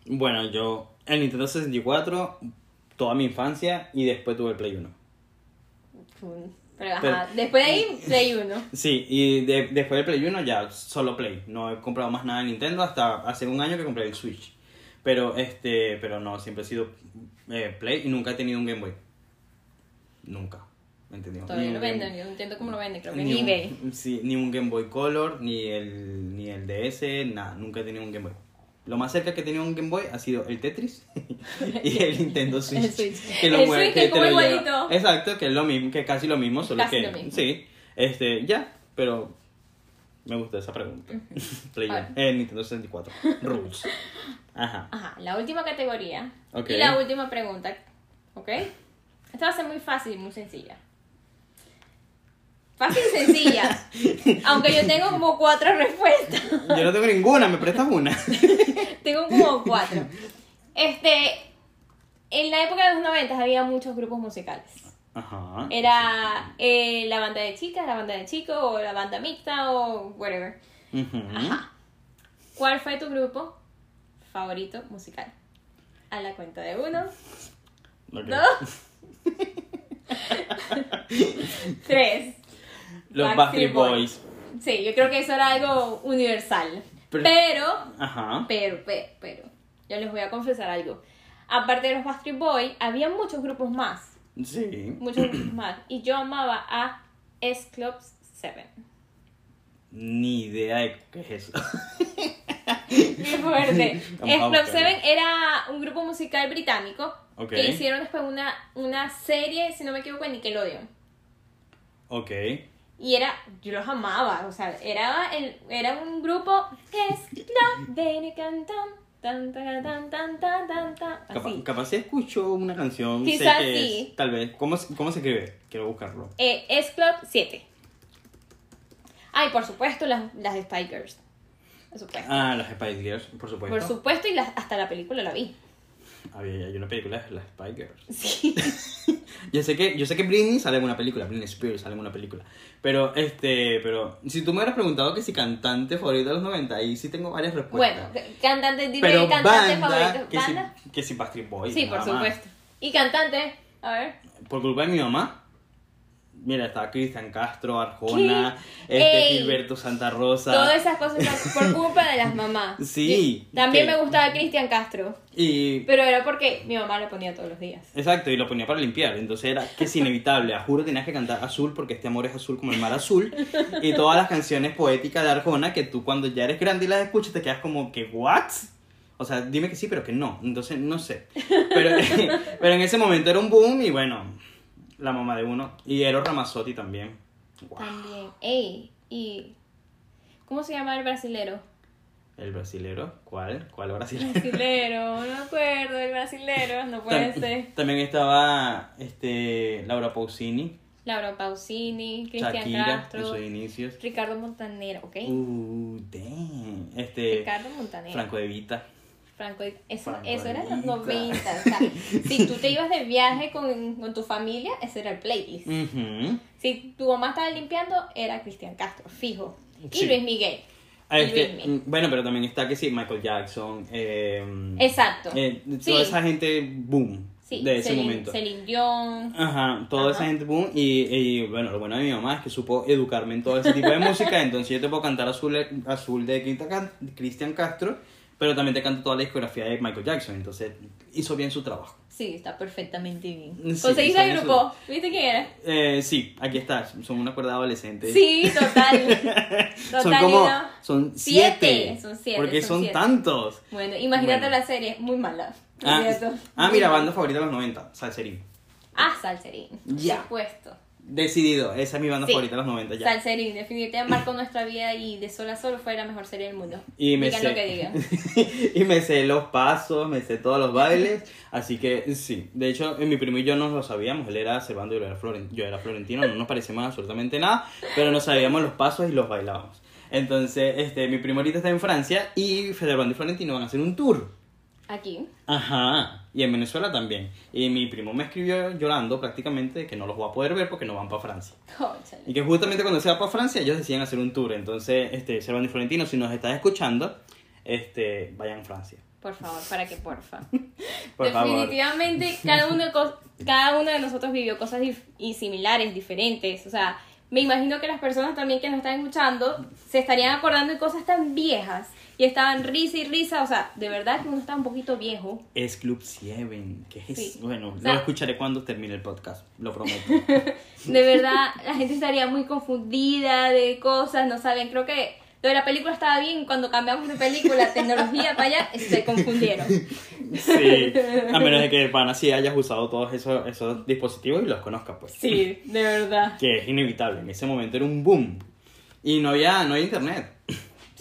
S2: Bueno, yo. El Nintendo 64, toda mi infancia y después tuve el Play 1.
S1: Pero ajá,
S2: Pero-
S1: después de ahí, Play 1.
S2: Sí, y de- después del Play 1 ya solo Play. No he comprado más nada de Nintendo hasta hace un año que compré el Switch. Pero, este, pero no, siempre he sido eh, Play y nunca he tenido un Game Boy. Nunca. ¿Me entendió?
S1: Todavía
S2: Ni
S1: lo
S2: un Game-
S1: venden, yo no entiendo cómo lo venden, creo que en
S2: ni un-
S1: eBay.
S2: sí, ni un Game Boy Color, ni el, ni el DS, nada, nunca he tenido un Game Boy. Lo más cerca que he tenido un Game Boy ha sido el Tetris y el Nintendo Switch.
S1: El Switch.
S2: Que lo
S1: El
S2: mueve-
S1: Switch
S2: que
S1: es
S2: te
S1: como
S2: lo lleva.
S1: igualito.
S2: Exacto, que es lo mismo, que casi lo mismo, solo
S1: Casi
S2: que.
S1: lo mismo.
S2: Sí. Este, ya, pero me gustó esa pregunta. Play
S1: A
S2: One, eh, Nintendo 64. Rules. Ajá.
S1: Ajá, la última categoría.
S2: Ok.
S1: Y la última pregunta. ¿Ok? Esta va a ser muy fácil y muy sencilla. Fácil y sencilla. Aunque yo tengo como cuatro respuestas.
S2: Yo no tengo ninguna, me prestas una.
S1: Tengo como cuatro. Este. En la época de los 90 había muchos grupos musicales.
S2: Ajá.
S1: Era eh, la banda de chicas, la banda de chicos, o la banda mixta, o whatever.
S2: Ujú.
S1: ¿Cuál fue tu grupo favorito musical? A la cuenta de uno,
S2: Ok.
S1: dos, tres.
S2: Los
S1: Backstreet
S2: Backstreet Boys.
S1: Sí, yo creo que eso era algo universal.
S2: Pero-
S1: Pero,
S2: Ajá.
S1: pero, pero, pero, yo les voy a confesar algo. Aparte de los Backstreet Boys, había muchos grupos más.
S2: Sí.
S1: Muchos grupos más. Y yo amaba a S Club 7.
S2: Ni idea de qué es eso.
S1: Qué fuerte.
S2: Vamos a
S1: Es- Club
S2: buscarlo.
S1: Seven era un grupo musical británico
S2: Ok.
S1: que hicieron después una, una serie, si no me equivoco, en Nickelodeon.
S2: Ok.
S1: Y era, yo los amaba, o sea, era, el, era un grupo que es la de Nicantan, tan, tan, tan, tan, tan, tan, tan,
S2: Capaz,
S1: así.
S2: capaz si escucho una canción.
S1: Quizás
S2: sé que es,
S1: sí.
S2: tal vez. ¿Cómo, se- ¿Cómo se escribe? Quiero buscarlo.
S1: Eh, es Club 7. Ay, por supuesto, las, las de Spice Girls. Por supuesto.
S2: Ah, las Spice Girls, por supuesto.
S1: Por supuesto, y las, hasta la película la vi.
S2: Había, hay una película de las Spice Girls.
S1: Sí.
S2: Yo sé que, yo sé que Britney sale en una película, Britney Spears sale en una película. Pero, este, pero, si tú me hubieras preguntado que si cantante favorito de los 90, ahí sí tengo varias
S1: Bueno,
S2: respuestas.
S1: cantante, dime
S2: pero
S1: cantante
S2: banda,
S1: favorito.
S2: que,
S1: ¿Banda?
S2: Si, que si Backstreet Boys.
S1: Sí, por
S2: nada más.
S1: supuesto. Y cantante, a ver.
S2: Por culpa de mi mamá. Mira, estaba Cristian Castro, Arjona,
S1: ¿Qué?
S2: este
S1: Ey.
S2: Gilberto Santa Rosa.
S1: Todas esas cosas son por culpa de las mamás.
S2: Sí,
S1: Yo- También
S2: que-
S1: me gustaba Cristian Castro,
S2: Y.
S1: pero era porque mi mamá lo ponía todos los días.
S2: Exacto, y lo ponía para limpiar. Entonces era que es inevitable. A juro tenías que cantar azul porque este amor es azul como el mar azul. Y todas las canciones poéticas de Arjona que tú cuando ya eres grande y las escuchas te quedas como que, ¿what? O sea, dime que sí, pero que no. Entonces no sé. Pero, pero en ese momento era un boom y bueno, la mamá de uno. Y Eros Ramazzotti también. Guau.
S1: También. Ey, y. ¿Cómo se llama el brasilero?
S2: ¿El brasilero? ¿Cuál? ¿Cuál brasilero?
S1: Brasilero, no me acuerdo, el brasilero, no puede
S2: Tam-
S1: ser.
S2: También estaba este, Laura Pausini,
S1: Laura Pausini, Cristian
S2: Shakira en
S1: Castro,
S2: sus inicios.
S1: Ricardo Montaner, ¿ok?
S2: Uh, damn. Este,
S1: Ricardo Montaner.
S2: Franco de Vita.
S1: Franco, eso,
S2: Franco
S1: eso era en los
S2: Evita.
S1: 90. O sea, si tú te ibas de viaje con, con tu familia, ese era el playlist.
S2: Ujú.
S1: Si tu mamá estaba limpiando, era Cristian Castro, fijo. Y
S2: Sí.
S1: Luis Miguel.
S2: Ah,
S1: Y
S2: este,
S1: Luis Miguel.
S2: mm, bueno, pero también está que sí, Michael Jackson. eh,
S1: Exacto.
S2: eh,
S1: Sí.
S2: toda esa gente boom
S1: Sí,
S2: de ese
S1: Celine-
S2: momento.
S1: Celine Dion.
S2: Ajá, toda esa
S1: Ajá.
S2: gente boom. Y, y, bueno, lo bueno de mi mamá es que supo educarme en todo ese tipo de música. entonces yo te puedo cantar azul, eh, azul de Quinta Can- Cristian Castro, pero también te canto toda la discografía de Michael Jackson. Entonces hizo bien su trabajo.
S1: Sí, está perfectamente bien.
S2: Sí,
S1: Conseguiste el
S2: son esos-
S1: grupo. ¿Viste quién era?
S2: Eh, sí, aquí está. Son una cuerda adolescente.
S1: Sí, total. total.
S2: son como.
S1: y no.
S2: Son
S1: Siete,
S2: siete.
S1: son siete,
S2: Porque
S1: son
S2: son,
S1: siete.
S2: tantos.
S1: Bueno, imagínate
S2: Bueno.
S1: la serie, muy mala. por
S2: Ah,
S1: cierto.
S2: ah, mira, banda favorita de los 90, Salserín.
S1: Ah, Salserín. por
S2: Ya.
S1: Supuesto.
S2: Decidido, esa es mi banda
S1: Sí.
S2: favorita de los 90 ya.
S1: Salserín, definitivamente marcó nuestra vida y de sol a sol fue la mejor serie del mundo.
S2: y me
S1: digan
S2: sé,
S1: lo que digan.
S2: y me sé los pasos, me sé todos los bailes, así que sí. De hecho, eh, mi primo y yo nos lo sabíamos, él era Servando y yo era, Floren- yo era Florentino, no nos parecíamos absolutamente nada, pero nos sabíamos los pasos y los bailábamos. Entonces, este, mi primo ahorita está en Francia y Servando y Florentino van a hacer un tour.
S1: Aquí.
S2: Ajá, y en Venezuela también. Y mi primo me escribió llorando prácticamente de que no los va a poder ver porque no van para Francia.
S1: Cónchale.
S2: Y que justamente cuando se va para Francia, ellos decían hacer un tour. Entonces, este, Servando y Florentino, si nos estás escuchando, este, vayan a Francia.
S1: Por favor, para que porfa.
S2: Por favor.
S1: Definitivamente cada uno, de cos- cada uno de nosotros vivió cosas dif- y similares, diferentes. O sea, me imagino que las personas también que nos están escuchando se estarían acordando de cosas tan viejas y estaban risa y risa, o sea, de verdad que uno está un poquito viejo.
S2: Es Club 7, que es...
S1: Sí.
S2: Bueno,
S1: O sea-
S2: lo escucharé cuando termine el podcast, lo prometo.
S1: De verdad, la gente estaría muy confundida de cosas, no saben, creo que lo de la película estaba bien, cuando cambiamos de película, tecnología para allá, se confundieron.
S2: sí, a menos de que de pana sí hayas usado todos esos, esos dispositivos y los conozcas, pues.
S1: Sí, de verdad.
S2: Que es inevitable, en ese momento era un boom. Y no había, no había internet.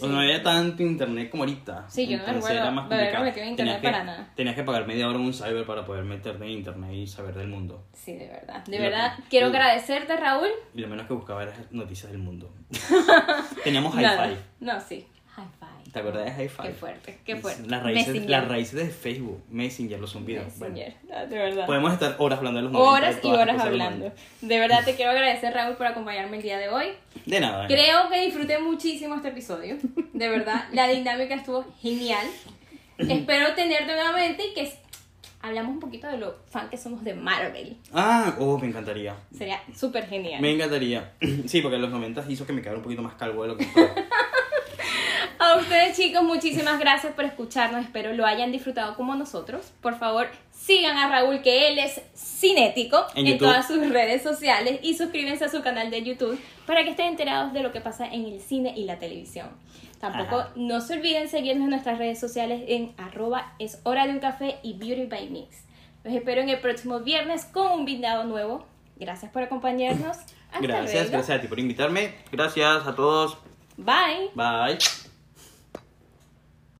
S2: O no había tanto internet como ahorita.
S1: Sí, yo no me
S2: Entonces
S1: acuerdo
S2: era más
S1: de haberme
S2: complicado.
S1: metido en internet
S2: tenías que,
S1: para nada.
S2: Tenías que pagar media hora en un cyber para poder meterte en internet y saber del mundo.
S1: Sí, de verdad. De
S2: Lo-
S1: verdad, quiero
S2: lo-
S1: agradecerte, Raúl.
S2: Y lo menos que buscaba era noticias del mundo. Teníamos
S1: Nada.
S2: hi-fi.
S1: No, sí. Hi-Fi.
S2: Oh, ¿Te acuerdas de hi-fi?
S1: Qué fuerte, qué fuerte.
S2: Las raíces,
S1: Messenger.
S2: las raíces de Facebook, Messenger, los zumbidos. Bueno,
S1: Messenger. Ah, de verdad.
S2: podemos estar horas hablando de los 90
S1: horas y
S2: todas las
S1: horas
S2: cosas de los
S1: hablando.
S2: 90.
S1: De verdad te quiero agradecer, Raúl, por acompañarme el día de hoy.
S2: De nada.
S1: Creo que disfruté muchísimo este episodio. De verdad, la dinámica estuvo genial. Espero tenerte nuevamente y que s- hablamos un poquito de lo fan que somos de Marvel.
S2: Ah, oh, me encantaría.
S1: Sería súper genial.
S2: Me encantaría. Sí, porque en los 90 hizo que me quedara un poquito más calvo de lo que estaba.
S1: A ustedes chicos, muchísimas gracias por escucharnos. Espero lo hayan disfrutado como nosotros. Por favor, sigan a Raúl, que él es cinético
S2: En
S1: en,
S2: YouTube.
S1: todas sus redes sociales y suscríbanse a su canal de YouTube para que estén enterados de lo que pasa en el cine y la televisión. Tampoco
S2: Ajá.
S1: no se olviden seguirnos en nuestras redes sociales en arroba es hora de un café y beauty by mix. Los espero en el próximo viernes con un video nuevo. Gracias por acompañarnos. Hasta
S2: gracias,
S1: luego.
S2: gracias a ti por invitarme. Gracias a todos.
S1: Bye.
S2: Bye.